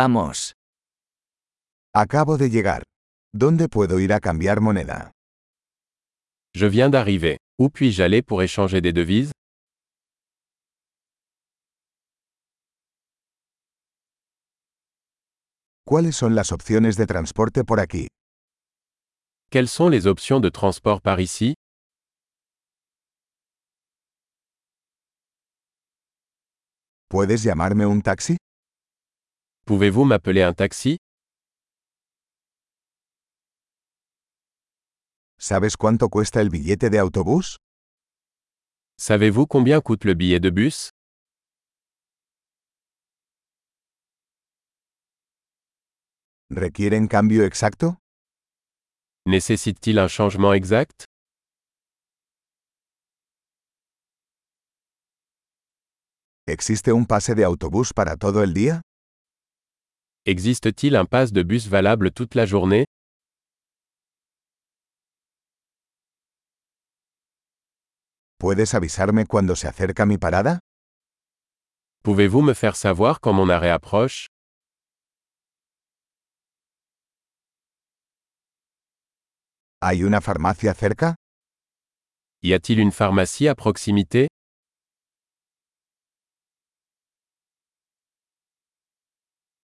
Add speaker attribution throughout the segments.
Speaker 1: Vamos.
Speaker 2: Acabo de llegar. ¿Dónde puedo ir a cambiar moneda?
Speaker 3: Je viens d'arriver. Où puis-je aller pour échanger des devises
Speaker 2: ¿Cuáles son las opciones de transporte por aquí?
Speaker 3: Quelles sont les options de transport par ici
Speaker 2: ¿Puedes llamarme un taxi?
Speaker 3: Pouvez-vous m'appeler un taxi
Speaker 2: ¿Sabes cuánto cuesta el billete de autobús?
Speaker 3: Savez-vous combien coûte le billet de bus
Speaker 2: ¿Requieren cambio exacto?
Speaker 3: Nécessite-t-il un changement exact
Speaker 2: ¿Existe un pase de autobús para todo el día?
Speaker 3: Existe-t-il un pass de bus valable toute la journée
Speaker 2: ¿Puedes avisarme cuando se acerca mi parada?
Speaker 3: Pouvez-vous me faire savoir quand mon arrêt approche
Speaker 2: ¿Hay una farmacia cerca?
Speaker 3: Y a-t-il une pharmacie à proximité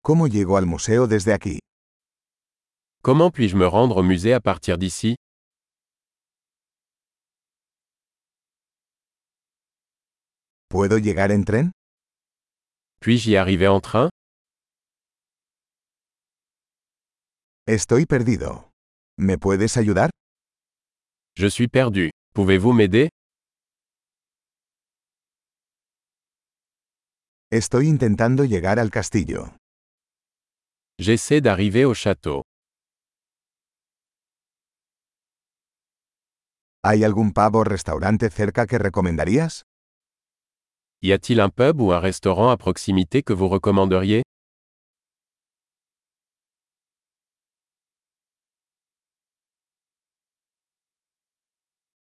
Speaker 2: ¿Cómo llego al museo desde aquí?
Speaker 3: Comment puis-je me rendre au musée à partir d'ici
Speaker 2: ¿Puedo llegar en tren?
Speaker 3: Puis-je y arriver en train
Speaker 2: Estoy perdido. ¿Me puedes ayudar?
Speaker 3: Je suis perdu. Pouvez-vous m'aider
Speaker 2: Estoy intentando llegar al castillo.
Speaker 3: J'essaie d'arriver au château.
Speaker 2: ¿Hay algún pavo o restaurante cerca que recomendarías?
Speaker 3: Y a-t-il un pub ou un restaurant à proximité que vous recommanderiez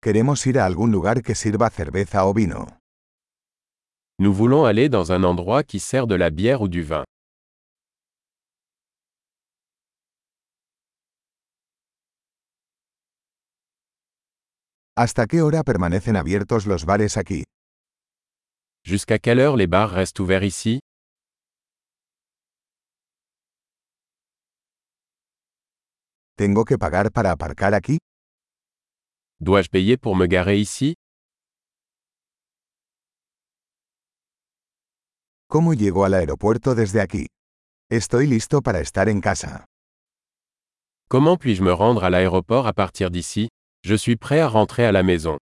Speaker 2: Queremos ir a algún lugar que sirva cerveza o vino.
Speaker 3: Nous voulons aller dans un endroit qui sert de la bière ou du vin.
Speaker 2: ¿Hasta qué hora permanecen abiertos los bares aquí?
Speaker 3: Jusqu'à quelle heure les bars restent ouverts ici
Speaker 2: ¿Tengo que pagar para aparcar aquí?
Speaker 3: Dois-je payer pour me garer ici
Speaker 2: ¿Cómo llego al aeropuerto desde aquí? Estoy listo para estar en casa.
Speaker 3: Comment puis-je me rendre à l'aéroport à partir d'ici Je suis prêt à rentrer à la maison.